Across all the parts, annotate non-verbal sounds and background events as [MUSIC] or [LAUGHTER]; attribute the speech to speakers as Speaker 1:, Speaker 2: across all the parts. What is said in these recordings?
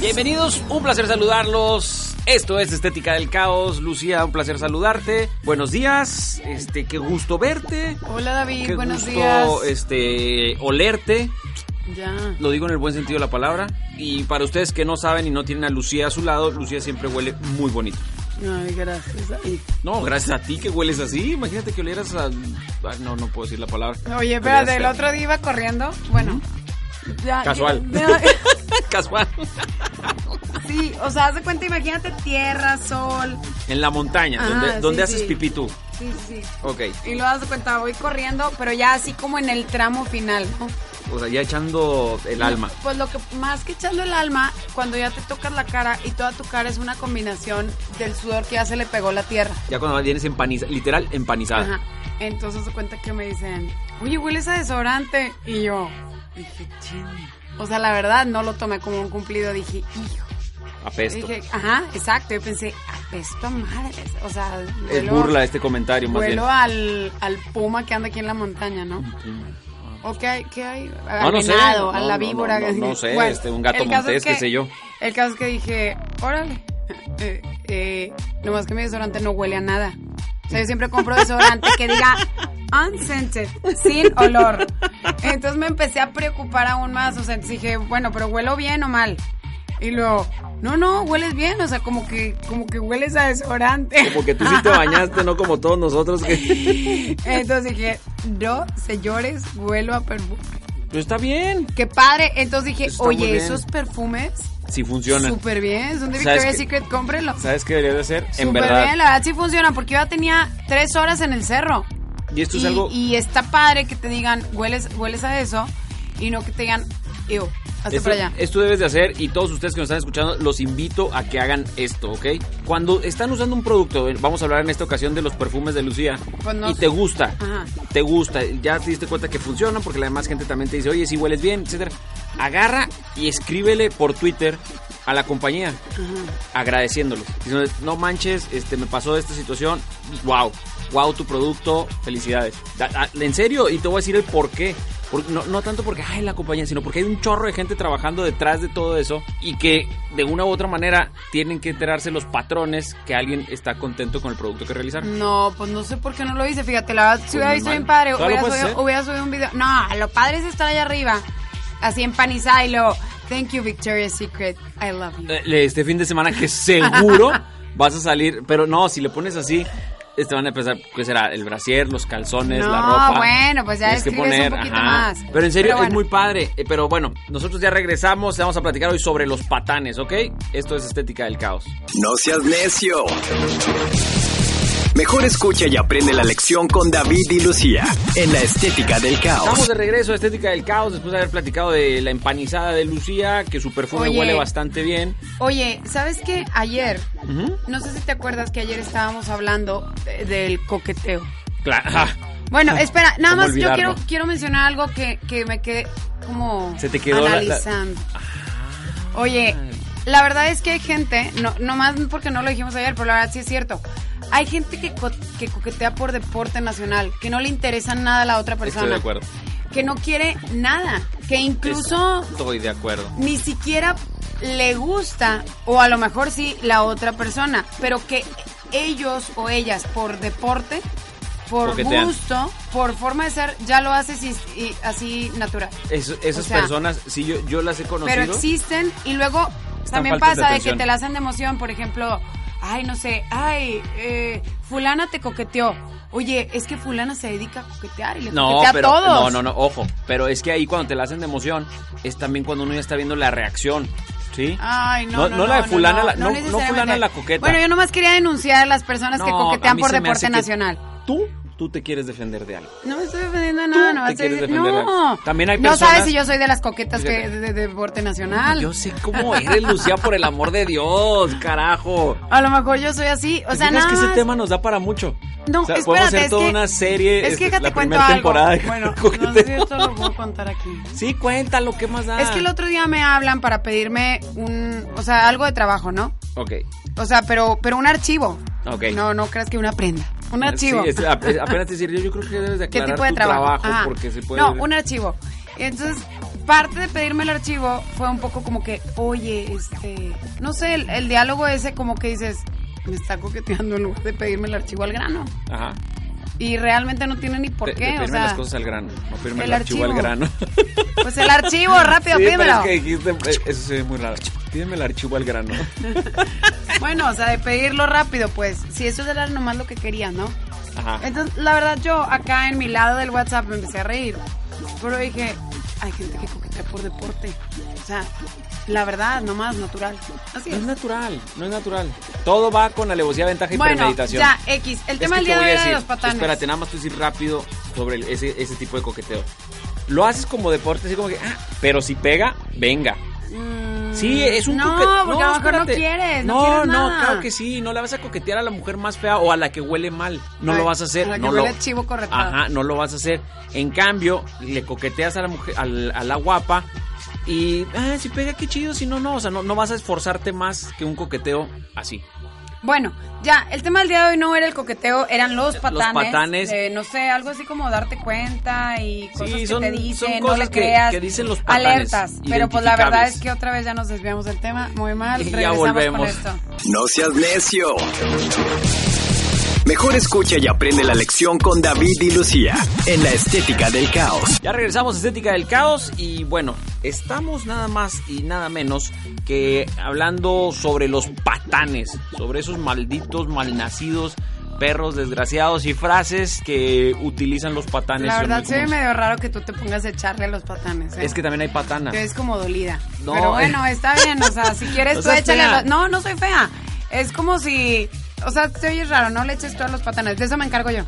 Speaker 1: Bienvenidos, un placer saludarlos. Esto es Estética del Caos. Lucía, un placer saludarte. Buenos días. Este, qué gusto verte.
Speaker 2: Hola David,
Speaker 1: Qué
Speaker 2: buenos
Speaker 1: gusto
Speaker 2: días.
Speaker 1: este olerte.
Speaker 2: Ya.
Speaker 1: Lo digo en el buen sentido de la palabra. Y para ustedes que no saben y no tienen a Lucía a su lado, Lucía siempre huele muy bonito.
Speaker 2: Ay, gracias David.
Speaker 1: No, gracias a ti que hueles así. Imagínate que olieras a. ah, no, no puedo decir la palabra.
Speaker 2: Oye, espérate,
Speaker 1: Olieras
Speaker 2: el
Speaker 1: a-
Speaker 2: otro día iba corriendo. Bueno. ya-
Speaker 1: Casual.
Speaker 2: ya-
Speaker 1: [LAUGHS] Casual.
Speaker 2: [LAUGHS] sí, o sea, haz de cuenta, imagínate tierra, sol.
Speaker 1: En la montaña,
Speaker 2: Ajá,
Speaker 1: donde,
Speaker 2: sí,
Speaker 1: donde
Speaker 2: Ah, sí.
Speaker 1: haces pipí tú.
Speaker 2: Sí, sí.
Speaker 1: Ok.
Speaker 2: Y lo das de cuenta, voy corriendo, pero ya así como en el tramo final, ¿no?
Speaker 1: O sea, ya echando el alma.
Speaker 2: Pues lo que más que echarle el alma, cuando ya te tocas la cara y toda tu cara es una combinación del sudor que ya se le pegó la tierra.
Speaker 1: Ya cuando vienes empanizada, literal empanizada.
Speaker 2: Ajá. Entonces se cuenta que me dicen, oye, hueles a desodorante. Y yo dije, "Chin". O sea, la verdad no lo tomé como un cumplido. Dije, hijo.
Speaker 1: Apesto.
Speaker 2: Dije, ajá, exacto. Yo pensé, apesto a madres. O sea,
Speaker 1: Es
Speaker 2: huelo,
Speaker 1: burla este comentario, más bien.
Speaker 2: huelo al, al puma que anda aquí en la montaña, ¿no? ¿O qué hay? ¿Qué hay? Al
Speaker 1: No, no sé.
Speaker 2: venado, a
Speaker 1: No,
Speaker 2: la
Speaker 1: no, no,
Speaker 2: víbora.
Speaker 1: no,
Speaker 2: [LAUGHS]
Speaker 1: no sé, este, un gato
Speaker 2: el caso
Speaker 1: montés, qué sé yo.
Speaker 2: El caso es que dije, órale. [LAUGHS] Eh, eh, nomás que mi desodorante no huele a nada. O sea, yo siempre compro desodorante que diga unscented, sin olor. Entonces me empecé a preocupar aún más. O sea, entonces dije, bueno, pero huelo bien o mal. Y luego, no, no, hueles bien. O sea, como que, como que hueles a desodorante.
Speaker 1: Porque tú sí te bañaste, no como todos nosotros que.
Speaker 2: [LAUGHS] Entonces dije, no, señores, huelo a perfume.
Speaker 1: Pero está bien.
Speaker 2: Qué padre. Entonces dije,
Speaker 1: Eso está muy
Speaker 2: oye,
Speaker 1: bien.
Speaker 2: esos perfumes,
Speaker 1: Si funciona.
Speaker 2: súper bien, son de
Speaker 1: ¿Sabes
Speaker 2: Victoria's
Speaker 1: qué?
Speaker 2: Secret, cómprenlos.
Speaker 1: ¿Sabes qué deberías de hacer? En
Speaker 2: Súper
Speaker 1: verdad.
Speaker 2: bien, la verdad sí funciona, porque yo ya tenía tres horas en el cerro.
Speaker 1: Y esto es
Speaker 2: y,
Speaker 1: algo.
Speaker 2: y está padre que te digan, hueles, hueles a eso, y no que te digan, ew, hasta
Speaker 1: Esto,
Speaker 2: para allá.
Speaker 1: esto debes de hacer y todos ustedes que nos están escuchando los invito a que hagan esto, ¿ok? Cuando están usando un producto, eh, vamos a hablar en esta ocasión de los perfumes de Lucía
Speaker 2: Pues no
Speaker 1: y
Speaker 2: sé.
Speaker 1: te gusta,
Speaker 2: Ajá.
Speaker 1: te gusta, ya te diste cuenta que funcionan porque la demás gente también te dice, oye, si hueles bien, etcétera. Agarra y escríbele por Twitter a la compañía agradeciéndoles. Diciéndoles, no manches, este, me pasó esta situación, wow, wow tu producto, felicidades. Da- da- En serio, y te voy a decir el por qué. Por- no, no tanto porque hay la compañía, sino porque hay un chorro de gente trabajando detrás de todo eso y que de una u otra manera tienen que enterarse los patrones que alguien está contento con el producto que realizaron.
Speaker 2: No, pues no sé por qué no lo hice, fíjate, la verdad, si hubiera
Speaker 1: muy
Speaker 2: visto
Speaker 1: mal.
Speaker 2: bien padre,
Speaker 1: Todavía
Speaker 2: hubiera
Speaker 1: lo puedes
Speaker 2: subido,
Speaker 1: hacer.
Speaker 2: hubiera subido un video. No, lo padre es estar allá arriba, así empanizada y luego, thank you Victoria's Secret, I love you.
Speaker 1: Eh, Este fin de semana que
Speaker 2: [LAUGHS]
Speaker 1: seguro vas a salir, pero no, si le pones así... Este van a empezar, ¿qué será? El brasier, los calzones, la
Speaker 2: No,
Speaker 1: ropa.
Speaker 2: bueno, pues ya
Speaker 1: Tienes
Speaker 2: escribes un poquito más.
Speaker 1: Pero en serio,
Speaker 2: Pero bueno.
Speaker 1: es muy padre. Eh, Pero bueno, nosotros ya regresamos. Te vamos a platicar hoy sobre los patanes, ¿ok? Esto es Estética del Caos.
Speaker 3: No seas necio. Mejor escucha y aprende la lección con David y Lucía en la estética del
Speaker 1: Estamos
Speaker 3: caos.
Speaker 1: de regreso a Estética del Caos después de haber platicado de la empanizada de Lucía, que su perfume
Speaker 2: Oye.
Speaker 1: huele bastante bien.
Speaker 2: Oye, ¿sabes qué? Ayer, no sé si te acuerdas que ayer estábamos hablando de- del coqueteo.
Speaker 1: [LAUGHS] Claro. ah,
Speaker 2: Bueno, espera, nada
Speaker 1: ¿Cómo
Speaker 2: más yo
Speaker 1: olvidarlo?
Speaker 2: quiero, quiero mencionar algo que, que me quedé como
Speaker 1: Se te quedó la- Ah. la-
Speaker 2: analizando. Oye, la verdad es que hay gente, no, no más porque no lo dijimos ayer, pero la verdad sí es cierto. Hay gente que, co- que coquetea por deporte nacional, que no le interesa nada a la otra persona.
Speaker 1: Estoy de acuerdo.
Speaker 2: Que no quiere nada, que incluso
Speaker 1: Estoy de acuerdo.
Speaker 2: ni siquiera le gusta, o a lo mejor sí, la otra persona, pero que ellos o ellas por deporte por
Speaker 1: Coquetean.
Speaker 2: gusto, por forma de ser, ya lo haces y, y así natural.
Speaker 1: Es- esas
Speaker 2: O sea,
Speaker 1: personas, sí, yo, yo las he conocido.
Speaker 2: Pero existen y luego también
Speaker 1: faltas de
Speaker 2: pasa de, que
Speaker 1: atención.
Speaker 2: te la hacen de emoción, por ejemplo, ay, no sé, ay, eh, fulana te coqueteó. Oye, es que fulana se dedica a coquetear y le
Speaker 1: no,
Speaker 2: coquetea
Speaker 1: pero,
Speaker 2: a todos.
Speaker 1: no, no, no, ojo. Pero es que ahí cuando te la hacen de emoción, es también cuando uno ya está viendo la reacción. ¿Sí?
Speaker 2: Ay, no, no, no,
Speaker 1: la de fulana, la- no, no
Speaker 2: necesariamente.
Speaker 1: fulana la coqueta.
Speaker 2: Bueno, yo nomás quería denunciar a las personas que
Speaker 1: No, a
Speaker 2: coquetean
Speaker 1: mí
Speaker 2: por
Speaker 1: se me hace
Speaker 2: deporte
Speaker 1: que
Speaker 2: nacional.
Speaker 1: Tú, tú te quieres defender de algo.
Speaker 2: No me estoy defendiendo de nada,
Speaker 1: Tú
Speaker 2: nomás
Speaker 1: te
Speaker 2: estoy
Speaker 1: quieres
Speaker 2: diciendo-
Speaker 1: defender de
Speaker 2: No,
Speaker 1: algo. También hay
Speaker 2: No
Speaker 1: personas-
Speaker 2: sabes si yo soy de las coquetas que,
Speaker 1: Fíjate.
Speaker 2: de, de deporte nacional.
Speaker 1: Yo sé cómo eres, Lucía, por el amor de Dios, carajo.
Speaker 2: A lo mejor yo soy así, o
Speaker 1: ¿Te
Speaker 2: sea,
Speaker 1: fijas
Speaker 2: nada
Speaker 1: que ese
Speaker 2: más-
Speaker 1: tema nos da para mucho.
Speaker 2: No,
Speaker 1: O sea, podemos
Speaker 2: espérate,
Speaker 1: hacer
Speaker 2: es
Speaker 1: toda
Speaker 2: que-
Speaker 1: una serie.
Speaker 2: Es que
Speaker 1: este,
Speaker 2: déjate
Speaker 1: la
Speaker 2: cuento
Speaker 1: primera
Speaker 2: algo.
Speaker 1: temporada. de [LAUGHS]
Speaker 2: Bueno, no sé si
Speaker 1: coqueteo.
Speaker 2: esto lo puedo contar aquí.
Speaker 1: Sí, cuéntalo, ¿qué más da?
Speaker 2: Es que el otro día me hablan para pedirme un, o sea, algo de trabajo, ¿no?
Speaker 1: Ok,
Speaker 2: O sea, pero, pero un archivo.
Speaker 1: ok.
Speaker 2: No, no creas que una prenda. Un archivo.
Speaker 1: Sí, es- a- apenas decir, yo, yo creo que debes de
Speaker 2: ¿Qué
Speaker 1: aclarar
Speaker 2: tipo de
Speaker 1: tu
Speaker 2: trabajo?
Speaker 1: trabajo,
Speaker 2: Ajá.
Speaker 1: porque se puede...
Speaker 2: No, un archivo. Entonces, parte de pedirme el archivo fue un poco como que, oye, este, no sé, el, el diálogo ese como que dices, me está coqueteando en lugar de pedirme el archivo al grano.
Speaker 1: Ajá.
Speaker 2: Y realmente no tiene ni por
Speaker 1: De- de
Speaker 2: qué, o
Speaker 1: pedirme
Speaker 2: sea,
Speaker 1: las cosas al grano, no pedirme el,
Speaker 2: el
Speaker 1: archivo al
Speaker 2: archivo. [LAUGHS]
Speaker 1: grano.
Speaker 2: pues el archivo,
Speaker 1: [LAUGHS]
Speaker 2: rápido,
Speaker 1: Sí, pero
Speaker 2: pídemelo.
Speaker 1: es que dijiste, eh, eso se ve muy raro. Pídeme el archivo al
Speaker 2: [LAUGHS]
Speaker 1: grano.
Speaker 2: Bueno, o sea, de pedirlo rápido, pues, si eso era nomás lo que quería, ¿no?
Speaker 1: Ajá.
Speaker 2: Entonces, la verdad, yo acá en mi lado del WhatsApp me empecé a reír. Pero dije, hay gente que coquetea por deporte. O sea, la verdad, nomás natural. Así
Speaker 1: No
Speaker 2: es.
Speaker 1: es natural, no es natural. Todo va con alevosía, ventaja y
Speaker 2: Bueno,
Speaker 1: premeditación.
Speaker 2: ya, X. El tema
Speaker 1: es que te voy
Speaker 2: del día de hoy
Speaker 1: a
Speaker 2: era
Speaker 1: decir,
Speaker 2: de los patanes.
Speaker 1: Espérate, nada más tú decir rápido sobre el- ese, ese tipo de coqueteo. Lo haces como deporte, así como que, ah, pero si pega, venga.
Speaker 2: Mm,
Speaker 1: Sí, es un
Speaker 2: No,
Speaker 1: coqueteo.
Speaker 2: porque a lo mejor no quieres, no
Speaker 1: no,
Speaker 2: quieres nada.
Speaker 1: claro que sí. No la vas a coquetear a la mujer más fea o a la que huele mal. No
Speaker 2: Ay,
Speaker 1: lo vas a hacer.
Speaker 2: a la que
Speaker 1: no
Speaker 2: huele
Speaker 1: lo...
Speaker 2: a chivo corretado.
Speaker 1: Ajá, no lo vas a hacer. En cambio, le coqueteas a la mujer, al- a la guapa. Y, ah, si pega, qué chido. Si no, no. O sea, no, no vas a esforzarte más que un coqueteo así.
Speaker 2: Bueno, ya, el tema del día de hoy no era el coqueteo, eran los patanes.
Speaker 1: patanes.
Speaker 2: de, no sé, algo así como darte cuenta y cosas
Speaker 1: Sí,
Speaker 2: que
Speaker 1: son-
Speaker 2: te
Speaker 1: son
Speaker 2: dicen, no
Speaker 1: cosas
Speaker 2: le
Speaker 1: que-
Speaker 2: creas.
Speaker 1: que dicen los patanes,
Speaker 2: Alertas. Pero pues la
Speaker 1: identificables.
Speaker 2: verdad es que otra vez ya nos desviamos del tema. Muy mal,
Speaker 1: Y [LAUGHS] ya
Speaker 2: regresamos
Speaker 1: volvemos.
Speaker 2: con esto.
Speaker 3: No seas necio. Mejor escucha y aprende la lección con David y Lucía en la estética del caos.
Speaker 1: Ya regresamos a Estética del Caos y bueno, estamos nada más y nada menos que hablando sobre los patanes, sobre esos malditos, malnacidos, perros desgraciados y frases que utilizan los patanes.
Speaker 2: La
Speaker 1: Son
Speaker 2: verdad
Speaker 1: muy
Speaker 2: se ve
Speaker 1: comunes.
Speaker 2: medio raro que tú te pongas a echarle a los patanes. ¿eh?
Speaker 1: Es que también hay patanas.
Speaker 2: Te ves como dolida.
Speaker 1: No,
Speaker 2: Pero bueno,
Speaker 1: eh.
Speaker 2: está bien. O sea, si
Speaker 1: [LAUGHS]
Speaker 2: quieres
Speaker 1: No
Speaker 2: tú
Speaker 1: seas
Speaker 2: échale.
Speaker 1: fea.
Speaker 2: a los- No, no soy fea. Es como si. O sea, te oyes raro, no le eches tú a los patanes. De eso me encargo yo.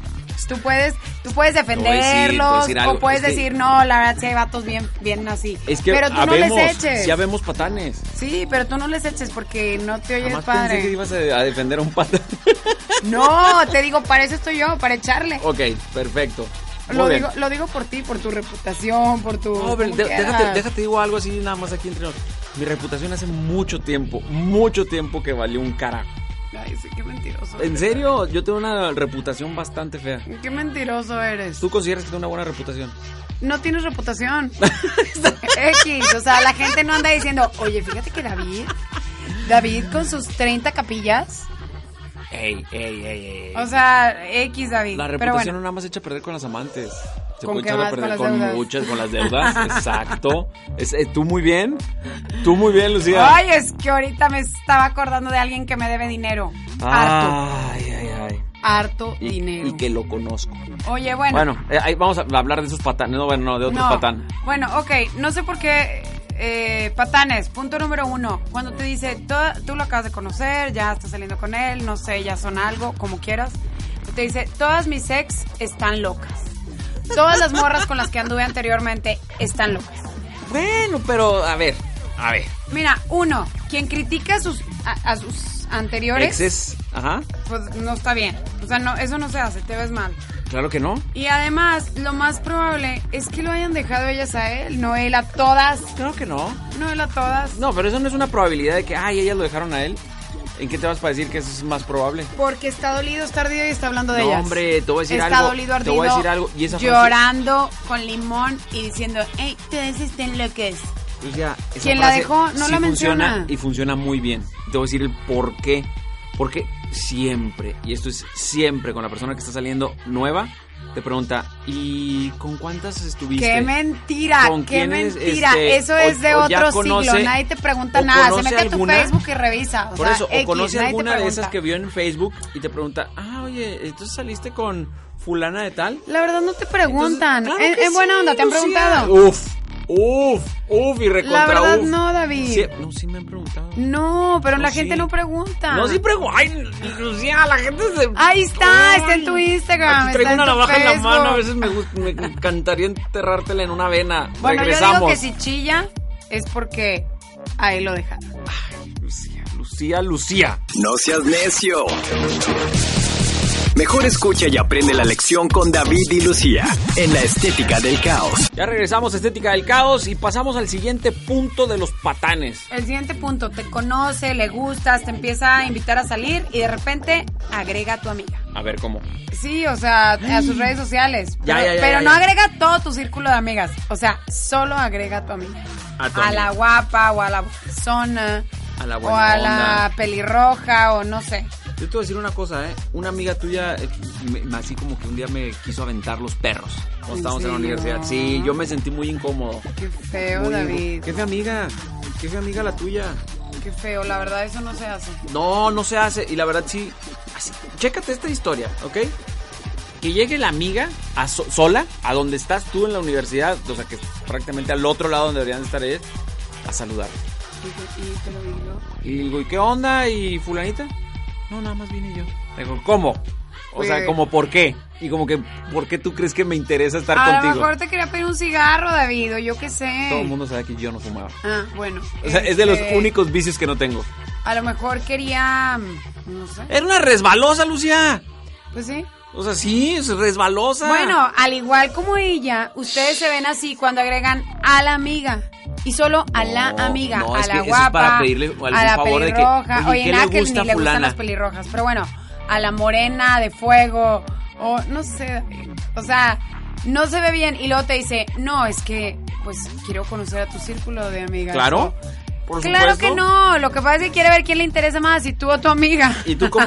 Speaker 2: Tú puedes, tú puedes
Speaker 1: voy a decir- te voy a
Speaker 2: defenderlos
Speaker 1: decir algo.
Speaker 2: o puedes
Speaker 1: Es que-
Speaker 2: decir, no, la verdad sí hay vatos bien, bien así.
Speaker 1: Es que
Speaker 2: pero tú
Speaker 1: habemos,
Speaker 2: no les eches.
Speaker 1: sí habemos patanes.
Speaker 2: Sí, pero tú no les eches porque no te oyes
Speaker 1: Jamás
Speaker 2: padre.
Speaker 1: pensé que ibas a, a defender a un patán. [LAUGHS]
Speaker 2: No, te digo, para eso estoy yo, para echarle.
Speaker 1: ok, perfecto. Oh, Muy
Speaker 2: Lo
Speaker 1: bien.
Speaker 2: digo, lo digo por ti, por tu reputación, por tu...
Speaker 1: No, pero
Speaker 2: como
Speaker 1: de-
Speaker 2: quieras.
Speaker 1: déjate, déjate digo algo así nada más aquí entre nosotros. Mi reputación hace mucho tiempo, mucho tiempo que valió un carajo.
Speaker 2: Ay, sí, qué mentiroso.
Speaker 1: En serio, yo tengo una reputación bastante fea.
Speaker 2: Qué mentiroso eres.
Speaker 1: ¿Tú consideras que tengo una buena reputación?
Speaker 2: no
Speaker 1: [LAUGHS]
Speaker 2: tienes reputación. X, o sea, la gente no anda diciendo, oye, fíjate que David, David con sus 30 capillas,
Speaker 1: Ey, ey, ey, ey.
Speaker 2: o sea, X David.
Speaker 1: la
Speaker 2: pero
Speaker 1: reputación
Speaker 2: bueno,
Speaker 1: nada más se echa a perder con las amantes. Se
Speaker 2: ¿Con
Speaker 1: puede
Speaker 2: qué
Speaker 1: echar a
Speaker 2: más?
Speaker 1: perder
Speaker 2: Con las
Speaker 1: con,
Speaker 2: deudas.
Speaker 1: muchas, con
Speaker 2: [LAUGHS]
Speaker 1: las deudas. Exacto. Es- eh, tú muy bien. Tú muy bien, Lucía.
Speaker 2: ay, es que ahorita me estaba acordando de alguien que me debe dinero. Harto,
Speaker 1: ay, ay, ay.
Speaker 2: harto
Speaker 1: Ah. Y,
Speaker 2: dinero.
Speaker 1: y que lo conozco.
Speaker 2: Oye, bueno.
Speaker 1: Bueno, eh, ahí vamos a hablar de esos patanes. No, bueno, no, de otros
Speaker 2: no.
Speaker 1: patanes.
Speaker 2: Bueno, ok, no sé por qué. eh, patanes, punto número uno. Cuando te dice, "Toda- tú lo acabas de conocer, ya estás saliendo con él, no sé, ya son algo, como quieras. Te dice, todas mis ex están locas. Todas las morras con las que anduve anteriormente están locas.
Speaker 1: Bueno, pero a ver, a ver.
Speaker 2: Mira, uno, quien critica a sus, a, a sus anteriores,
Speaker 1: Exes, ajá.
Speaker 2: pues no está bien. O sea, no, eso no se hace, te ves mal.
Speaker 1: Claro que no.
Speaker 2: Y además, lo más probable es que lo hayan dejado ellas a él, no él a todas.
Speaker 1: Claro que no.
Speaker 2: No él a todas.
Speaker 1: No, pero eso no es una probabilidad de que, ay, ellas lo dejaron a él. ¿En qué te vas para decir que eso es más probable?
Speaker 2: Porque está dolido, está ardido y está hablando de
Speaker 1: No,
Speaker 2: ellas.
Speaker 1: hombre, te voy a decir
Speaker 2: está
Speaker 1: algo,
Speaker 2: dolido,
Speaker 1: te
Speaker 2: ardido.
Speaker 1: voy a decir algo, y esa frase-
Speaker 2: llorando con limón y diciendo, hey, ustedes estén lo que es.
Speaker 1: Lucía, esa
Speaker 2: Quien la
Speaker 1: frase
Speaker 2: dejó no
Speaker 1: funciona
Speaker 2: la menciona.
Speaker 1: Y funciona muy bien. Te voy a decir el por qué. Porque siempre, y esto es siempre con la persona que está saliendo nueva, te pregunta, ¿y con cuántas estuviste?
Speaker 2: ¡Qué mentira!
Speaker 1: ¿Con
Speaker 2: ¡Qué
Speaker 1: quién es,
Speaker 2: mentira!
Speaker 1: este,
Speaker 2: Eso
Speaker 1: o-
Speaker 2: es de
Speaker 1: o ya
Speaker 2: otro
Speaker 1: conoce-
Speaker 2: siglo. Nadie te pregunta
Speaker 1: o
Speaker 2: nada. Se
Speaker 1: conoce
Speaker 2: mete a tu
Speaker 1: alguna?
Speaker 2: Facebook y revisa. O
Speaker 1: Por
Speaker 2: sea,
Speaker 1: eso, o
Speaker 2: X,
Speaker 1: conoce
Speaker 2: nadie te
Speaker 1: alguna de
Speaker 2: pregunta.
Speaker 1: esas que vio en Facebook y te pregunta, ah, oye, entonces saliste con fulana de tal.
Speaker 2: La verdad no te preguntan.
Speaker 1: Entonces,
Speaker 2: en
Speaker 1: claro que
Speaker 2: en buena
Speaker 1: sí,
Speaker 2: onda, ¿te han
Speaker 1: Lucía.
Speaker 2: preguntado?
Speaker 1: Uf, uf, uf, y recontra
Speaker 2: La verdad
Speaker 1: uf.
Speaker 2: no, David.
Speaker 1: Sí, no, sí me han preguntado.
Speaker 2: No, pero
Speaker 1: No,
Speaker 2: la
Speaker 1: sí.
Speaker 2: gente no pregunta.
Speaker 1: No, sí pregunto. Ay, Lucía, la gente se...
Speaker 2: Ahí está, está en tu
Speaker 1: Ay.
Speaker 2: Instagram,
Speaker 1: Aquí traigo
Speaker 2: está en
Speaker 1: una
Speaker 2: tu
Speaker 1: navaja en la
Speaker 2: Facebook.
Speaker 1: mano. A veces me, gust- me encantaría enterrártela en una vena.
Speaker 2: Bueno,
Speaker 1: Regresamos.
Speaker 2: yo digo que si chilla es porque ahí lo dejaron.
Speaker 1: Lucía, Lucía, Lucía.
Speaker 3: No seas necio. Mejor escucha y aprende la lección con David y Lucía en la estética del caos.
Speaker 1: Ya regresamos a Estética del Caos y pasamos al siguiente punto de los patanes.
Speaker 2: El siguiente punto, te conoce, le gustas, te empieza a invitar a salir y de repente agrega a tu amiga.
Speaker 1: A ver cómo.
Speaker 2: Sí, o sea, a sus redes sociales.
Speaker 1: Ya,
Speaker 2: pero
Speaker 1: ya, ya,
Speaker 2: pero
Speaker 1: ya,
Speaker 2: no
Speaker 1: ya.
Speaker 2: agrega todo tu círculo de amigas. O sea, solo agrega a tu amiga.
Speaker 1: A tu
Speaker 2: la
Speaker 1: amiga.
Speaker 2: guapa o a la zona.
Speaker 1: A la
Speaker 2: o
Speaker 1: buena
Speaker 2: a la
Speaker 1: onda.
Speaker 2: pelirroja o no sé.
Speaker 1: Yo te voy a decir una cosa, ¿eh? Una amiga tuya, eh, me- me- así como que un día me quiso aventar los perros. Cuando
Speaker 2: ¿En
Speaker 1: estábamos en la
Speaker 2: serio?
Speaker 1: universidad. Sí, yo me sentí muy incómodo.
Speaker 2: Qué feo,
Speaker 1: Muy
Speaker 2: David.
Speaker 1: incómodo. Qué fea amiga. Qué fea amiga la tuya.
Speaker 2: Qué feo, la verdad eso no se hace.
Speaker 1: No, no se hace. Y la verdad, sí. Así, chécate esta historia, ¿ok? Que llegue la amiga a so- sola, a donde estás tú en la universidad, o sea, que prácticamente al otro lado donde deberían estar ellas, a saludar.
Speaker 2: Y, y te lo digo.
Speaker 1: Y digo, ¿y qué onda? ¿Y fulanita? No, nada más vine yo. Digo, ¿cómo? O sea,
Speaker 2: Güey.
Speaker 1: como por qué. Y como que, ¿por qué tú crees que me interesa estar
Speaker 2: A lo
Speaker 1: contigo?
Speaker 2: mejor te quería pedir un cigarro, David, o yo qué sé.
Speaker 1: Todo el mundo sabe que yo no fumaba.
Speaker 2: Ah, bueno.
Speaker 1: O sea, es de los
Speaker 2: este,
Speaker 1: únicos vicios que no tengo.
Speaker 2: A lo mejor quería. mm, No sé.
Speaker 1: Era una resbalosa, Lucía.
Speaker 2: Pues sí.
Speaker 1: O sea, sí, es resbalosa.
Speaker 2: Bueno, al igual como ella, ustedes se ven así cuando agregan a la amiga. Y solo a la
Speaker 1: No,
Speaker 2: amiga,
Speaker 1: no,
Speaker 2: a
Speaker 1: es
Speaker 2: la
Speaker 1: que eso es
Speaker 2: guapa,
Speaker 1: para pedirle algún
Speaker 2: a la
Speaker 1: favor de que,
Speaker 2: pelirroja.
Speaker 1: oye,
Speaker 2: oye,
Speaker 1: ¿qué
Speaker 2: nada
Speaker 1: le
Speaker 2: que
Speaker 1: gusta
Speaker 2: ni le gustan
Speaker 1: fulana?
Speaker 2: las pelirrojas. Pero bueno, a la morena de fuego o no sé. O sea, no se ve bien. Y luego te dice, no, es que pues quiero conocer a tu círculo de amigas.
Speaker 1: Claro.
Speaker 2: O,
Speaker 1: Por
Speaker 2: claro
Speaker 1: supuesto.
Speaker 2: que no. Lo que pasa es que quiere ver quién le interesa más, si tú o tu amiga.
Speaker 1: ¿Y tú,
Speaker 2: [LAUGHS]
Speaker 1: cómo,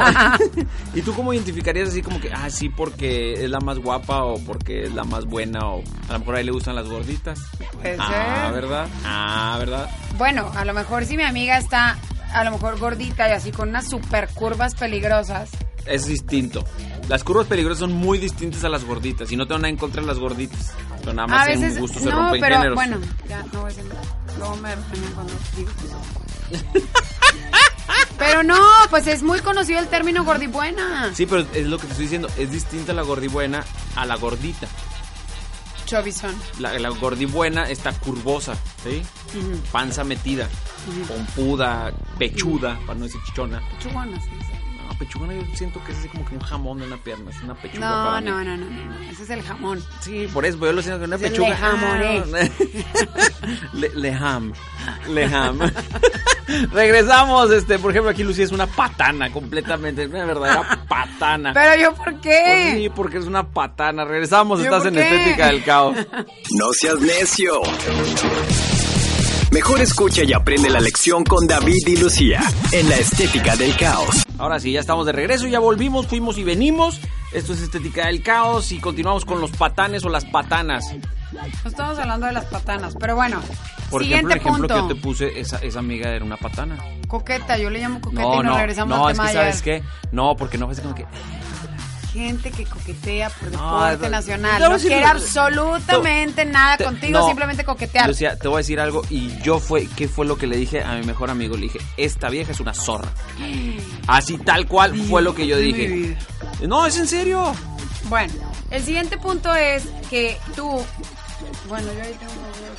Speaker 1: ¿Y tú cómo identificarías así como que, ah, sí, porque es la más guapa o porque es la más buena o a lo mejor ahí le gustan las gorditas?
Speaker 2: Puede
Speaker 1: ah,
Speaker 2: ser.
Speaker 1: ¿verdad? Ah, ¿verdad?
Speaker 2: Bueno, a lo mejor si mi amiga está a lo mejor gordita y así con unas super curvas peligrosas.
Speaker 1: Es distinto. Las curvas peligrosas son muy distintas a las gorditas y no tengo nada en contra de las gorditas. Pero nada más
Speaker 2: a veces
Speaker 1: en gusto se
Speaker 2: no,
Speaker 1: rompen
Speaker 2: pero
Speaker 1: géneros.
Speaker 2: bueno, ya no voy a decir nada. Luego me regañan cuando digo eso.
Speaker 1: [LAUGHS]
Speaker 2: Pero no, pues es muy conocido el término gordibuena.
Speaker 1: Sí, pero es lo que te estoy diciendo. Es distinta la gordibuena a la gordita.
Speaker 2: Chovizón.
Speaker 1: La, la gordibuena está curvosa, ¿sí? Panza metida, pompuda, pechuda, para no decir chichona.
Speaker 2: Chubona, sí, sí.
Speaker 1: No, pechugona yo siento que es así como que un jamón de una pierna, es una pechuga
Speaker 2: No,
Speaker 1: para mí.
Speaker 2: no, no, no, no, no, Ese es el jamón.
Speaker 1: Sí, por eso yo lo siento que una
Speaker 2: Es el
Speaker 1: pechuga. Ah,
Speaker 2: le eh. jamoné.
Speaker 1: [LAUGHS] le, le ham. Le ham. [LAUGHS] Regresamos, este, por ejemplo, aquí Lucía es una patana completamente, es una
Speaker 2: [LAUGHS]
Speaker 1: verdadera patana.
Speaker 2: Pero yo, ¿por
Speaker 1: Pues sí,
Speaker 2: qué?
Speaker 1: porque es una patana. Regresamos,
Speaker 2: ¿Yo
Speaker 1: estás
Speaker 2: por
Speaker 1: en
Speaker 2: qué?
Speaker 1: Estética del
Speaker 2: [LAUGHS]
Speaker 1: Caos.
Speaker 3: No seas necio. Mejor escucha y aprende la lección con David y Lucía en la estética del caos.
Speaker 1: Ahora sí, ya estamos de regreso, ya volvimos, fuimos y venimos. Esto es Estética del Caos y continuamos con los patanes o las patanas.
Speaker 2: No estamos hablando de las patanas, pero bueno.
Speaker 1: Por
Speaker 2: siguiente
Speaker 1: ejemplo, el ejemplo
Speaker 2: punto.
Speaker 1: que yo te puse, esa, esa amiga era una patana.
Speaker 2: Coqueta, yo le llamo coqueta y nos regresamos
Speaker 1: no,
Speaker 2: al
Speaker 1: es
Speaker 2: tema
Speaker 1: que
Speaker 2: de ayer.
Speaker 1: sabes qué, no, porque no es como que
Speaker 2: gente que coquetea por
Speaker 1: No,
Speaker 2: deporte
Speaker 1: es-
Speaker 2: nacional.
Speaker 1: te voy a
Speaker 2: No
Speaker 1: decir-
Speaker 2: quiere absolutamente nada
Speaker 1: te-
Speaker 2: Ah, contigo,
Speaker 1: no.
Speaker 2: simplemente coquetear.
Speaker 1: Lucía, te voy a decir algo y yo fue, ¿qué fue lo que le dije a mi mejor amigo? Le dije, esta vieja es una zorra. Así tal cual fue lo que yo
Speaker 2: de mi
Speaker 1: dije.
Speaker 2: vida.
Speaker 1: No, es en serio.
Speaker 2: Bueno, el siguiente punto es que tú. Bueno, yo ahí tengo una duda.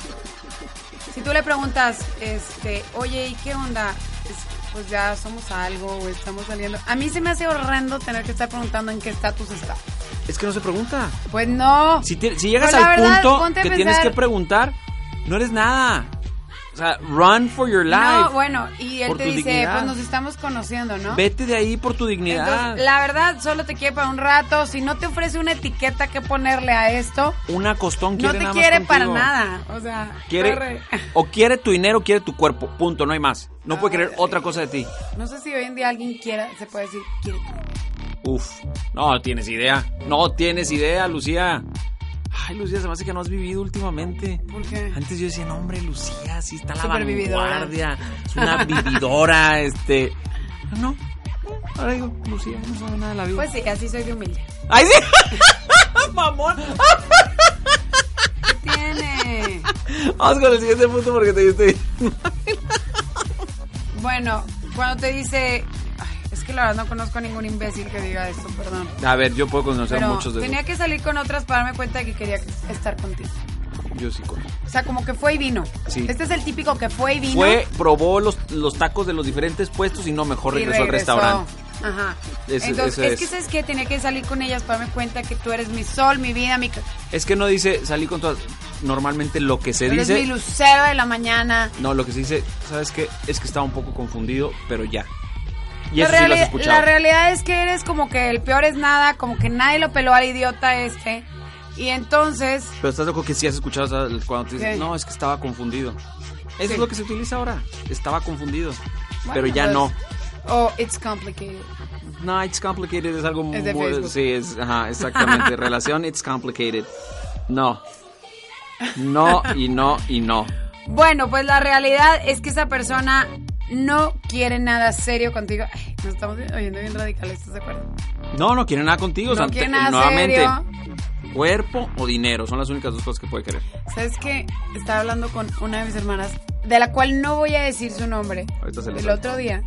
Speaker 2: Si tú le preguntas, este, oye, ¿y qué onda? Es- pues ya somos algo o estamos saliendo. A mí se me hace horrendo tener que estar preguntando en qué estatus está.
Speaker 1: Es que no se pregunta.
Speaker 2: Pues no.
Speaker 1: Si, te- si llegas
Speaker 2: Pues la
Speaker 1: al
Speaker 2: verdad,
Speaker 1: punto
Speaker 2: ponte a
Speaker 1: que tienes
Speaker 2: pensar-
Speaker 1: que preguntar, no eres nada. O sea, run for your life.
Speaker 2: No, bueno, y él
Speaker 1: Por
Speaker 2: te
Speaker 1: tu
Speaker 2: dice,
Speaker 1: dignidad.
Speaker 2: pues nos estamos conociendo, ¿no?
Speaker 1: Vete de ahí por tu dignidad.
Speaker 2: Entonces, la verdad, solo te quiere para un rato. Si no te ofrece una etiqueta que ponerle a esto,
Speaker 1: Una costón
Speaker 2: no
Speaker 1: quiere
Speaker 2: te
Speaker 1: nada más
Speaker 2: quiere para
Speaker 1: contigo.
Speaker 2: nada. O sea,
Speaker 1: Quiere,
Speaker 2: arre.
Speaker 1: o quiere tu dinero, o quiere tu cuerpo. Punto, no hay más. No puede querer otra cosa de ti.
Speaker 2: [LAUGHS] No sé si hoy en día alguien quiera, se puede decir, quiere.
Speaker 1: Uf, no tienes idea. No tienes idea, Lucía. Ay, Lucía, se me hace que no has vivido últimamente.
Speaker 2: ¿Por qué?
Speaker 1: Antes yo decía, no, hombre, Lucía, sí está la
Speaker 2: Supervividora.
Speaker 1: vanguardia. Es una vividora, [LAUGHS] este. Pero No, no, ahora digo, Lucía, no sabe nada de la vida.
Speaker 2: Pues sí, así soy de humilde.
Speaker 1: ¡Ay, sí! [LAUGHS] ¡Mamón!
Speaker 2: ¿Qué tiene?
Speaker 1: [LAUGHS] Vamos con el siguiente punto porque te estoy...
Speaker 2: Bueno, cuando te dice, ay, es que la verdad no conozco a ningún imbécil que diga esto, perdón.
Speaker 1: A ver, yo puedo conocer
Speaker 2: Pero
Speaker 1: muchos de
Speaker 2: tenía que salir con otras para darme cuenta de que quería estar contigo.
Speaker 1: Yo sí conozco.
Speaker 2: O sea, como que fue y vino.
Speaker 1: Sí.
Speaker 2: Este es el típico que fue y vino.
Speaker 1: Fue, probó los, los tacos de los diferentes puestos y no, mejor
Speaker 2: y
Speaker 1: regresó, al restaurante.
Speaker 2: Ajá.
Speaker 1: Ese-
Speaker 2: Entonces,
Speaker 1: ese
Speaker 2: es,
Speaker 1: es.
Speaker 2: que sabes que tenía que salir con ellas para darme cuenta que tú eres mi sol, mi vida, mi.
Speaker 1: Es que no dice salí con todas. Normalmente lo que se
Speaker 2: Eres mi
Speaker 1: dice.
Speaker 2: lucero de la mañana.
Speaker 1: No, lo que se dice, ¿sabes qué? Es que estaba un poco confundido, pero ya. Y eso sí lo
Speaker 2: la,
Speaker 1: has
Speaker 2: reali-
Speaker 1: escuchado.
Speaker 2: la realidad es que eres como que el peor es nada, como que nadie lo peló al idiota este. Y entonces,
Speaker 1: Pero estás loco que sí has escuchado o sea, cuando te dicen,
Speaker 2: Sí.
Speaker 1: no, es que estaba confundido. Eso
Speaker 2: Sí.
Speaker 1: es lo que se utiliza ahora. Estaba confundido.
Speaker 2: bueno,
Speaker 1: pero ya
Speaker 2: pues,
Speaker 1: no.
Speaker 2: Oh, it's complicated.
Speaker 1: No, it's complicated es algo
Speaker 2: Es de
Speaker 1: muy.
Speaker 2: Facebook.
Speaker 1: Sí, es.
Speaker 2: [LAUGHS]
Speaker 1: Ajá, exactamente. Relación, it's complicated. No. No, y no, y no.
Speaker 2: Bueno, pues la realidad es que esa persona no quiere nada serio contigo. Ay, nos estamos oyendo bien radicales, ¿estás de acuerdo?
Speaker 1: No, no quiere nada contigo. o sea,
Speaker 2: no quiere
Speaker 1: te-
Speaker 2: nada
Speaker 1: nuevamente,
Speaker 2: serio.
Speaker 1: cuerpo o dinero. Son las únicas dos cosas que puede querer.
Speaker 2: ¿Sabes qué? Estaba hablando con una de mis hermanas, de la cual no voy a decir su nombre,
Speaker 1: Ahorita se lo
Speaker 2: el
Speaker 1: saco.
Speaker 2: otro día.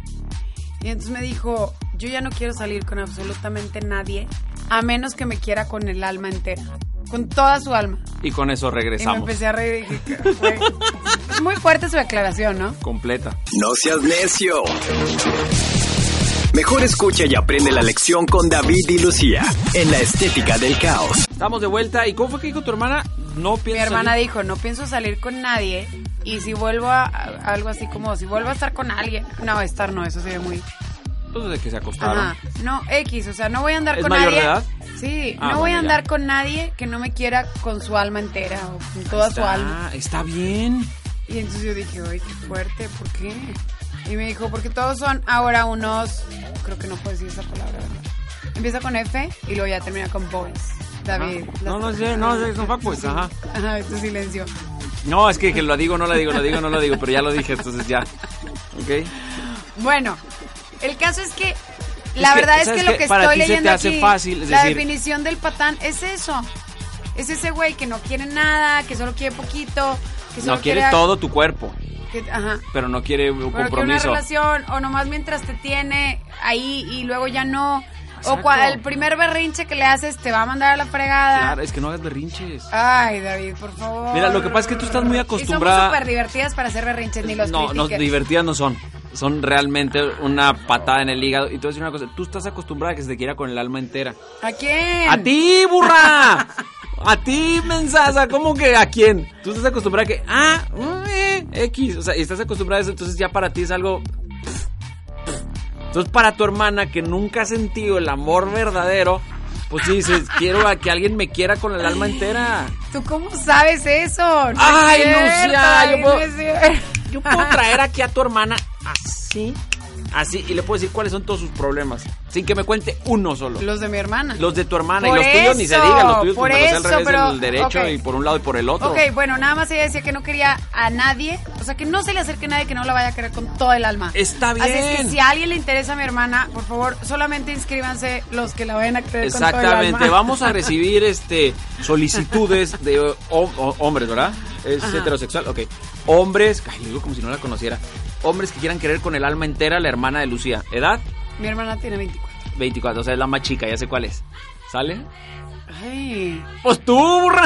Speaker 2: Y entonces me dijo, yo ya no quiero salir con absolutamente nadie, a menos que me quiera con el alma entera, con toda su alma.
Speaker 1: Y con eso
Speaker 2: Y me
Speaker 1: regresamos.
Speaker 2: empecé a reír. y dije, "Güey". es muy fuerte su declaración, ¿no?
Speaker 1: Completa.
Speaker 3: No seas necio. Mejor escucha y aprende la lección con David y Lucía en la estética del caos.
Speaker 1: Estamos de vuelta. ¿Y cómo fue que dijo tu hermana? No
Speaker 2: Mi
Speaker 1: piensa.
Speaker 2: hermana
Speaker 1: salir.
Speaker 2: dijo, no pienso salir con nadie y si vuelvo a, a- algo así como, si vuelvo a estar con alguien, no, estar no, eso se ve muy...
Speaker 1: Entonces, de que se acostaron.
Speaker 2: Ajá. No, X, o sea, no voy a andar
Speaker 1: ¿Es
Speaker 2: con
Speaker 1: mayor
Speaker 2: nadie.
Speaker 1: de edad?
Speaker 2: Sí,
Speaker 1: Ah,
Speaker 2: no voy
Speaker 1: bueno,
Speaker 2: a
Speaker 1: ya.
Speaker 2: andar con nadie que no me quiera con su alma entera o con toda su
Speaker 1: Está-
Speaker 2: alma.
Speaker 1: Está bien.
Speaker 2: Y entonces yo dije, ay, qué fuerte, ¿por qué? Y me dijo, porque todos son ahora unos. Creo que no puedo decir esa palabra, ¿verdad? Empieza con F y luego ya termina con boys. David.
Speaker 1: Ajá.
Speaker 2: las
Speaker 1: Ah, No, no
Speaker 2: personas-
Speaker 1: sé, no sé,
Speaker 2: [LAUGHS]
Speaker 1: son fuckboys,
Speaker 2: Sí.
Speaker 1: ajá.
Speaker 2: Ajá, este silencio.
Speaker 1: No, es que, que lo digo, no lo digo, lo digo, no lo digo, pero ya lo dije, entonces ya. ¿Ok?
Speaker 2: Bueno, el caso es que la
Speaker 1: Es que,
Speaker 2: verdad es
Speaker 1: ¿sabes
Speaker 2: que lo
Speaker 1: qué?
Speaker 2: que
Speaker 1: Para
Speaker 2: estoy
Speaker 1: ti se te
Speaker 2: leyendo
Speaker 1: hace
Speaker 2: aquí,
Speaker 1: fácil, es
Speaker 2: la
Speaker 1: decir-
Speaker 2: definición del patán es eso. Es ese güey que no quiere nada, que solo quiere poquito, que solo
Speaker 1: No quiere
Speaker 2: quiere
Speaker 1: todo tu cuerpo,
Speaker 2: que- ajá.
Speaker 1: pero no quiere un
Speaker 2: Pero que una
Speaker 1: compromiso.
Speaker 2: relación o nomás mientras te tiene ahí y luego ya no o
Speaker 1: Exacto.
Speaker 2: cua- el primer berrinche que le haces te va a mandar a la fregada.
Speaker 1: Claro, es que no hagas berrinches.
Speaker 2: Ay, David, por favor.
Speaker 1: Mira, lo que pasa es que tú estás muy
Speaker 2: Y
Speaker 1: acostumbrada-
Speaker 2: somos súper divertidas para hacer berrinches, ni los
Speaker 1: no, no,
Speaker 2: critiques.
Speaker 1: divertidas no son. Son realmente una patada en el hígado. Y te voy a decir una cosa, tú estás acostumbrada a que se te quiera con el alma entera.
Speaker 2: ¿A quién?
Speaker 1: ¡A ti, burra! ¡A ti, mensaza! ¿Cómo que a quién? Tú estás acostumbrada a que, ah, mm, eh, X. O sea, y estás acostumbrada a eso, entonces ya para ti es algo... Entonces para tu hermana que nunca ha sentido el amor verdadero, pues sí dices, quiero a que alguien me quiera con el alma entera.
Speaker 2: ¿Tú cómo sabes eso? No es
Speaker 1: Ay,
Speaker 2: cierto,
Speaker 1: Lucía, yo
Speaker 2: David,
Speaker 1: puedo-
Speaker 2: no es cierto.
Speaker 1: Yo puedo traer aquí a tu hermana así, así, y le puedo decir cuáles son todos sus problemas, sin que me cuente uno solo.
Speaker 2: Los de mi hermana.
Speaker 1: Los de tu hermana
Speaker 2: Por
Speaker 1: y los tuyos ni se
Speaker 2: eso,
Speaker 1: digan, los tuyos
Speaker 2: por
Speaker 1: pues, me los sé al
Speaker 2: eso,
Speaker 1: revés,
Speaker 2: pero-
Speaker 1: el derecho
Speaker 2: ok.
Speaker 1: y por un lado y por el otro.
Speaker 2: Ok, bueno, nada más ella decía que no quería a nadie, o sea, que no se le acerque nadie que no la vaya a querer con todo el alma.
Speaker 1: Está bien.
Speaker 2: Así es que si a alguien le interesa a mi hermana, por favor, solamente inscríbanse los que la vayan a querer con todo el alma.
Speaker 1: Exactamente, vamos a recibir este solicitudes de o- o- hombres, ¿verdad? Es
Speaker 2: Ajá.
Speaker 1: heterosexual, ok. Hombres, ay, digo como si no la conociera. Hombres que quieran querer con el alma entera a la hermana de Lucía. ¿Edad?
Speaker 2: Mi hermana tiene 24.
Speaker 1: 24, o sea, es la más chica, ya sé cuál es. ¿Sale?
Speaker 2: Ay,
Speaker 1: Pues tú, burra.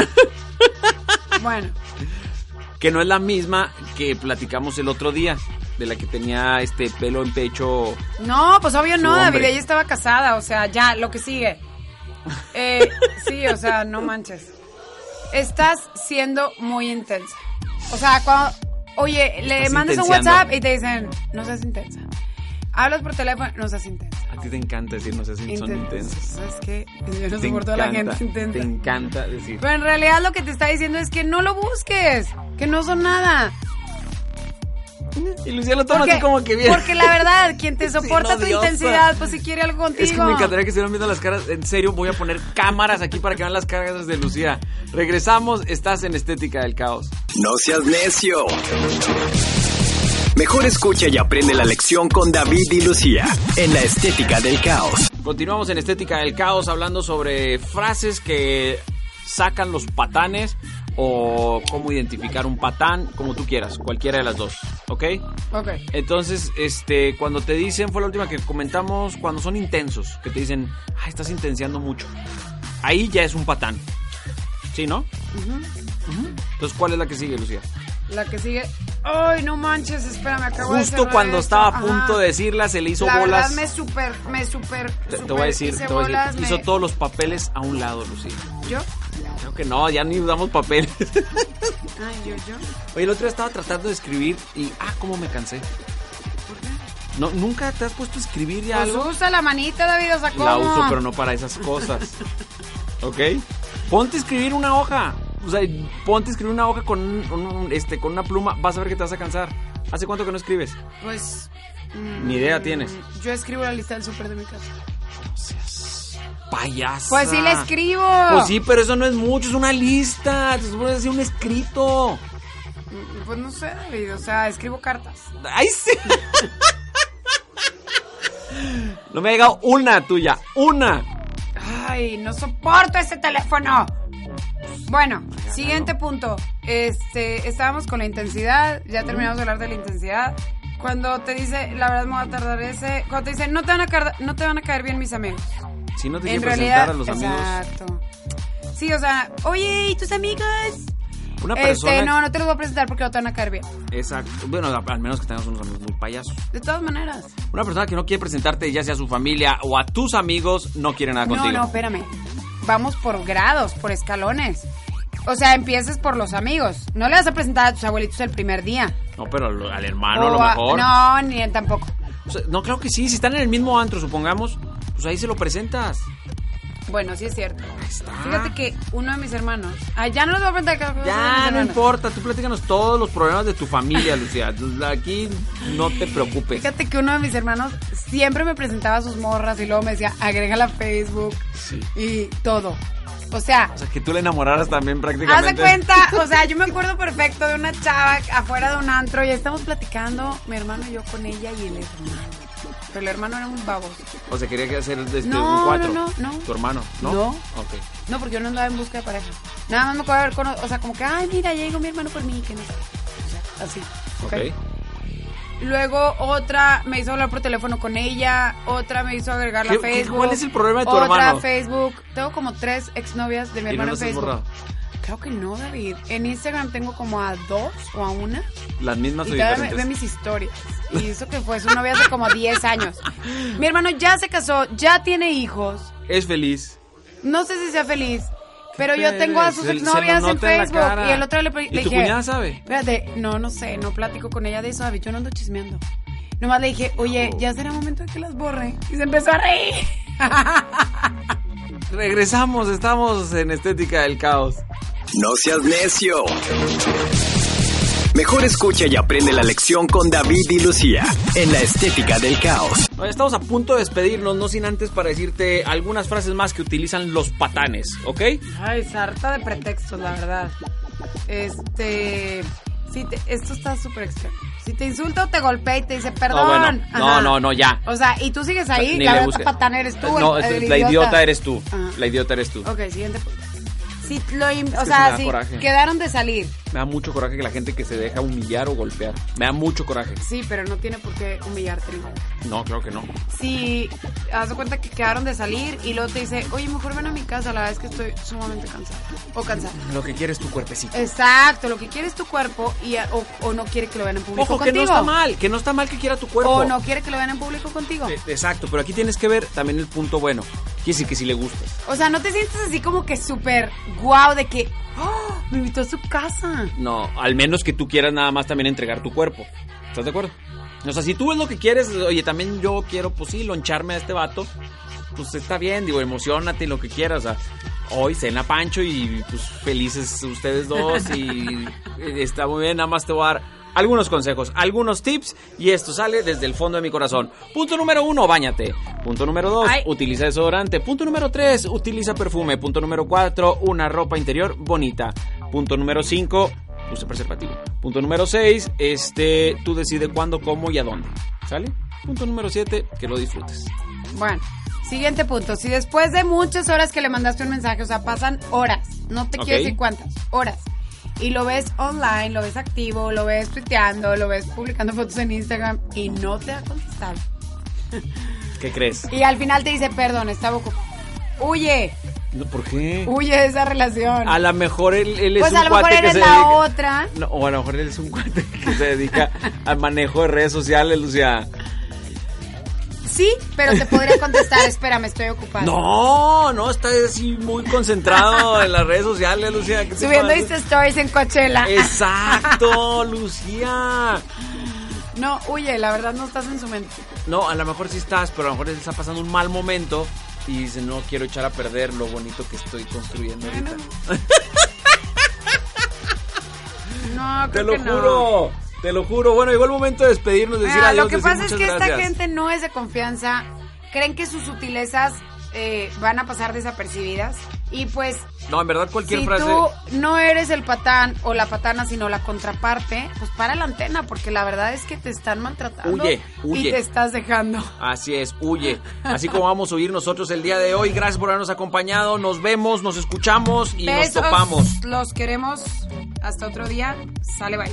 Speaker 2: bueno,
Speaker 1: que no es la misma que platicamos el otro día, de la que tenía este pelo en pecho.
Speaker 2: no, pues obvio
Speaker 1: Su
Speaker 2: no, David,
Speaker 1: hombre.
Speaker 2: ella estaba casada, o sea, ya, lo que sigue.
Speaker 1: [LAUGHS]
Speaker 2: Eh, sí, o sea, no manches. Estás siendo muy intensa. O sea, cuando... oye, le
Speaker 1: Estás
Speaker 2: mandas un
Speaker 1: intensiando.
Speaker 2: WhatsApp y te dicen, no seas intensa. Hablas por teléfono, no seas intensa.
Speaker 1: A ti te encanta decir, no sé si son intensos.
Speaker 2: ¿Sabes qué? Yo no
Speaker 1: Te
Speaker 2: soporto a la
Speaker 1: encanta,
Speaker 2: gente intensa.
Speaker 1: Te encanta decir.
Speaker 2: Pero en realidad lo que te está diciendo es que no lo busques, que no son nada.
Speaker 1: Y Luciano toma así como que bien.
Speaker 2: porque la verdad, quien te soporta
Speaker 1: [LAUGHS] Sí,
Speaker 2: tu
Speaker 1: no, Dios.
Speaker 2: intensidad, pues si quiere algo
Speaker 1: [LAUGHS]
Speaker 2: contigo.
Speaker 1: Es que me encantaría que estuvieran viendo las caras. En serio, voy a poner cámaras aquí para que vean las caras de Lucía. Regresamos, estás en Estética del Caos.
Speaker 3: No seas necio. Mejor escucha y aprende la lección con David y Lucía en la estética del caos.
Speaker 1: Continuamos en Estética del Caos hablando sobre frases que sacan los patanes o cómo identificar un patán, como tú quieras, cualquiera de las dos, ¿ok?
Speaker 2: Ok.
Speaker 1: Entonces, este, cuando te dicen, fue la última que comentamos, cuando son intensos, que te dicen, ah, estás intensiando mucho, ahí ya es un patán, ¿sí, no? Ujú. Entonces, ¿cuál es la que sigue, Lucía?
Speaker 2: La que sigue. Ay, no manches, espérame, acabo de
Speaker 1: Justo
Speaker 2: cerrar
Speaker 1: cuando
Speaker 2: esto.
Speaker 1: estaba a punto
Speaker 2: Ajá.
Speaker 1: de decirla, se le hizo
Speaker 2: la
Speaker 1: bolas.
Speaker 2: verdad me super, me super,
Speaker 1: Te, te
Speaker 2: super
Speaker 1: voy a decir,
Speaker 2: hice
Speaker 1: te voy a decir,
Speaker 2: bolas, me-
Speaker 1: hizo todos los papeles a un lado, Lucía.
Speaker 2: ¿Yo?
Speaker 1: Creo que no, ya ni damos papel.
Speaker 2: Ay, yo, yo.
Speaker 1: [LAUGHS] Oye, el otro día estaba tratando de escribir y ah, cómo me cansé. No, nunca te has puesto a escribir ya
Speaker 2: Pues
Speaker 1: algo.
Speaker 2: usa la manita, David, o sea, ¿cómo?
Speaker 1: La uso, pero no para esas
Speaker 2: [LAUGHS]
Speaker 1: cosas. ¿Ok? Ponte a escribir una hoja. O sea, ponte a escribir una hoja con un- un- un- este, con una pluma. Vas a ver que te vas a cansar. ¿Hace cuánto que no escribes?
Speaker 2: Pues...
Speaker 1: Ni idea tienes.
Speaker 2: Yo escribo la lista del súper de mi casa.
Speaker 1: Payasa.
Speaker 2: Pues sí la escribo.
Speaker 1: Pues sí, pero eso no es mucho, es una lista. Te supones así un escrito.
Speaker 2: Mm, Pues no sé, David, o sea, escribo cartas.
Speaker 1: ¡Ay, sí! [LAUGHS] No me ha llegado una tuya. Una.
Speaker 2: Ay, no soporto ese teléfono. Bueno, siguiente punto. Este, estábamos con la intensidad, ya terminamos de hablar de la intensidad. Cuando te dice, la verdad me voy a tardar ese, cuando te dice, no te van a caer, no te van a caer bien mis amigos.
Speaker 1: Si no te
Speaker 2: en
Speaker 1: quieren presentar
Speaker 2: realidad,
Speaker 1: a los amigos.
Speaker 2: exacto. Sí, o sea, oye, ¿y tus amigos?
Speaker 1: Una persona.
Speaker 2: Este, no, no te los voy a presentar porque no te van a caer bien.
Speaker 1: Exacto. Bueno, al menos que tengamos unos amigos muy payasos.
Speaker 2: De todas maneras.
Speaker 1: Una persona que no quiere presentarte, ya sea a su familia o a tus amigos, no quiere nada
Speaker 2: No,
Speaker 1: Ah, contigo.
Speaker 2: no, espérame. Vamos por grados, por escalones. O sea, empieces por los amigos. No le vas a presentar a tus abuelitos el primer día.
Speaker 1: No, pero al, al hermano a Ah, lo
Speaker 2: O a-
Speaker 1: mejor.
Speaker 2: No, ni él tampoco.
Speaker 1: O sea, no, claro que sí. Si están en el mismo antro, supongamos, pues ahí se lo presentas.
Speaker 2: Bueno, sí es cierto.
Speaker 1: está.
Speaker 2: Fíjate que uno de mis hermanos. Ah, ya no los voy a presentar. que los dos son mis
Speaker 1: Ya, no
Speaker 2: hermanos.
Speaker 1: importa. Tú platícanos todos los problemas de tu familia, Lucía. Aquí no te preocupes.
Speaker 2: Fíjate que uno de mis hermanos siempre me presentaba a sus morras y luego me decía, agrégala a Facebook y todo. O sea,
Speaker 1: O sea, que tú la enamoraras también prácticamente.
Speaker 2: Hace cuenta, o sea, yo me acuerdo perfecto de una chava afuera de un antro y estamos platicando, mi hermano y yo con ella y el hermano. Pero el hermano era un baboso.
Speaker 1: O sea, quería que hacer este,
Speaker 2: No,
Speaker 1: un cuatro.
Speaker 2: no, no, no.
Speaker 1: Tu hermano, ¿no?
Speaker 2: No.
Speaker 1: Ok.
Speaker 2: No, porque yo no andaba en busca de pareja. Nada más me acuerdo haber conocido, o sea, como que, ay, mira, ya llegó mi hermano por mí, que no sé. O sea, así.
Speaker 1: Ok.
Speaker 2: ¿ok? Luego otra me hizo hablar por teléfono con ella, otra me hizo agregarla a
Speaker 1: ¿Qué- qué-
Speaker 2: Facebook.
Speaker 1: cuál es el problema de tu
Speaker 2: otra
Speaker 1: hermano?
Speaker 2: Facebook. Tengo como tres exnovias de mi
Speaker 1: Y no
Speaker 2: hermano en
Speaker 1: nos has
Speaker 2: Facebook.
Speaker 1: borrado.
Speaker 2: Creo que no, David. En Instagram tengo como a dos o a una.
Speaker 1: Las mismas o
Speaker 2: Y todavía ve,
Speaker 1: diferentes.
Speaker 2: ve mis historias. Y eso que fue su novia hace como 10 años. Mi hermano ya se casó, ya tiene hijos.
Speaker 1: Es feliz.
Speaker 2: No sé si sea feliz. Pero
Speaker 1: Qué
Speaker 2: yo tengo a
Speaker 1: pereza,
Speaker 2: sus
Speaker 1: se- se
Speaker 2: exnovias
Speaker 1: lo
Speaker 2: en
Speaker 1: nota en la
Speaker 2: Facebook.
Speaker 1: cara.
Speaker 2: y el otro le, pre-
Speaker 1: ¿Y
Speaker 2: le
Speaker 1: tu
Speaker 2: dije.
Speaker 1: cuñada sabe?
Speaker 2: Espérate, no, no sé, no platico con ella de eso, David. Yo no ando chismeando. Nomás le dije, oye, ya será momento de que las borre. Y se empezó a reír.
Speaker 1: Regresamos, estamos en Estética del Caos.
Speaker 3: No seas necio. Mejor escucha y aprende la lección con David y Lucía en la estética del caos.
Speaker 1: Oye, Estamos a punto de despedirnos, no sin antes para decirte algunas frases más que utilizan los patanes, ¿ok?
Speaker 2: Ay, sarta de pretextos, la verdad. Este. si te- esto está súper extremo. Si te insulta o te golpea y te dice perdón.
Speaker 1: No, bueno, no,
Speaker 2: ajá.
Speaker 1: no, no, ya.
Speaker 2: O sea, y tú sigues ahí,
Speaker 1: Ni
Speaker 2: la
Speaker 1: le
Speaker 2: verdad,
Speaker 1: busques.
Speaker 2: patán eres tú.
Speaker 1: No,
Speaker 2: el-
Speaker 1: es-
Speaker 2: el
Speaker 1: la idiota. eres tú.
Speaker 2: Ajá.
Speaker 1: La idiota eres tú.
Speaker 2: Ok, siguiente. Si lo, im-
Speaker 1: que
Speaker 2: o
Speaker 1: sí me da
Speaker 2: sea, si
Speaker 1: coraje.
Speaker 2: quedaron de salir.
Speaker 1: Me da mucho coraje que la gente que se deja humillar o golpear. Me da mucho coraje.
Speaker 2: Sí, pero no tiene por qué humillarte. ni nada.
Speaker 1: No, claro que no.
Speaker 2: Si haz de cuenta que quedaron de salir y luego te dice, oye, mejor ven a mi casa, la verdad es que estoy sumamente cansada. O cansada.
Speaker 1: Lo que quieres tu cuerpecito.
Speaker 2: Eh, Exacto, lo que quiere es tu cuerpo y, a- o, o no quiere que lo vean en público
Speaker 1: Ojo, que
Speaker 2: contigo.
Speaker 1: no está mal, que no está mal que quiera tu cuerpo.
Speaker 2: O no quiere que lo vean en público contigo.
Speaker 1: Eh, Exacto, pero aquí tienes que ver también el punto bueno. Quiere decir que si le gustas.
Speaker 2: O sea, no te sientes así como que súper guau de que ¡oh! Me invitó a su casa.
Speaker 1: No, al menos que tú quieras nada más también entregar tu cuerpo. ¿Estás de acuerdo? O sea, si tú es lo que quieres, oye, también yo quiero, pues sí, loncharme a este vato. Pues está bien, digo, emocionate y lo que quieras. O sea, hoy cena Pancho y pues felices ustedes dos y está muy bien, nada más te voy a dar algunos consejos, algunos tips y esto sale desde el fondo de mi corazón. Punto número uno, bañate. Punto número dos,
Speaker 2: Ay.
Speaker 1: utiliza desodorante. Punto número tres, utiliza perfume. Punto número cuatro, una ropa interior bonita. Punto número cinco, usa preservativo. Punto número seis, este, tú decides cuándo, cómo y a dónde. ¿Sale? Punto número siete, que lo disfrutes.
Speaker 2: Bueno, siguiente punto. Si después de muchas horas que le mandaste un mensaje, o sea, pasan horas, no te quiero
Speaker 1: Ok.
Speaker 2: decir cuántas, horas, y lo ves online, lo ves activo, lo ves tuiteando, lo ves publicando fotos en Instagram y no te ha contestado.
Speaker 1: ¿Qué crees?
Speaker 2: Y al final te dice, perdón, estaba ocupado. Huye,
Speaker 1: No, ¿Por qué?
Speaker 2: huye de esa relación.
Speaker 1: A lo mejor él, él es
Speaker 2: Pues
Speaker 1: un
Speaker 2: a lo mejor
Speaker 1: cuate que
Speaker 2: eres
Speaker 1: se
Speaker 2: la
Speaker 1: dedica-
Speaker 2: otra.
Speaker 1: No, o a lo mejor él es un cuate que se dedica al manejo de redes sociales, Lucía.
Speaker 2: Sí, pero te podría contestar, espérame, estoy ocupado.
Speaker 1: No, no, está así muy concentrado en las redes sociales, Lucía. ¿qué te
Speaker 2: Subiendo
Speaker 1: pasa?
Speaker 2: Insta Stories en Coachella.
Speaker 1: Exacto, Lucía.
Speaker 2: No, huye, la verdad no estás en su mente.
Speaker 1: No, a lo mejor sí estás, pero a lo mejor él está pasando un mal momento y dice, no quiero echar a perder lo bonito que estoy construyendo ahorita.
Speaker 2: No,
Speaker 1: Te
Speaker 2: creo
Speaker 1: lo
Speaker 2: que no.
Speaker 1: juro, te lo juro. Bueno, llegó el momento de despedirnos, decir
Speaker 2: Mira,
Speaker 1: adiós.
Speaker 2: lo que
Speaker 1: decir
Speaker 2: pasa es
Speaker 1: muchas
Speaker 2: que esta
Speaker 1: gracias.
Speaker 2: gente no es de confianza, creen que sus sutilezas eh, van a pasar desapercibidas y pues
Speaker 1: No, en verdad cualquier
Speaker 2: si
Speaker 1: frase...
Speaker 2: tú no eres el patán o la patana sino la contraparte, pues para la antena porque la verdad es que te están maltratando
Speaker 1: Huye, huye.
Speaker 2: y te estás dejando.
Speaker 1: Así es, huye. Así como vamos a huir nosotros el día de hoy. Gracias por habernos acompañado. Nos vemos, nos escuchamos y nos
Speaker 2: Besos,
Speaker 1: topamos.
Speaker 2: los queremos. Hasta otro día. Sale, bye.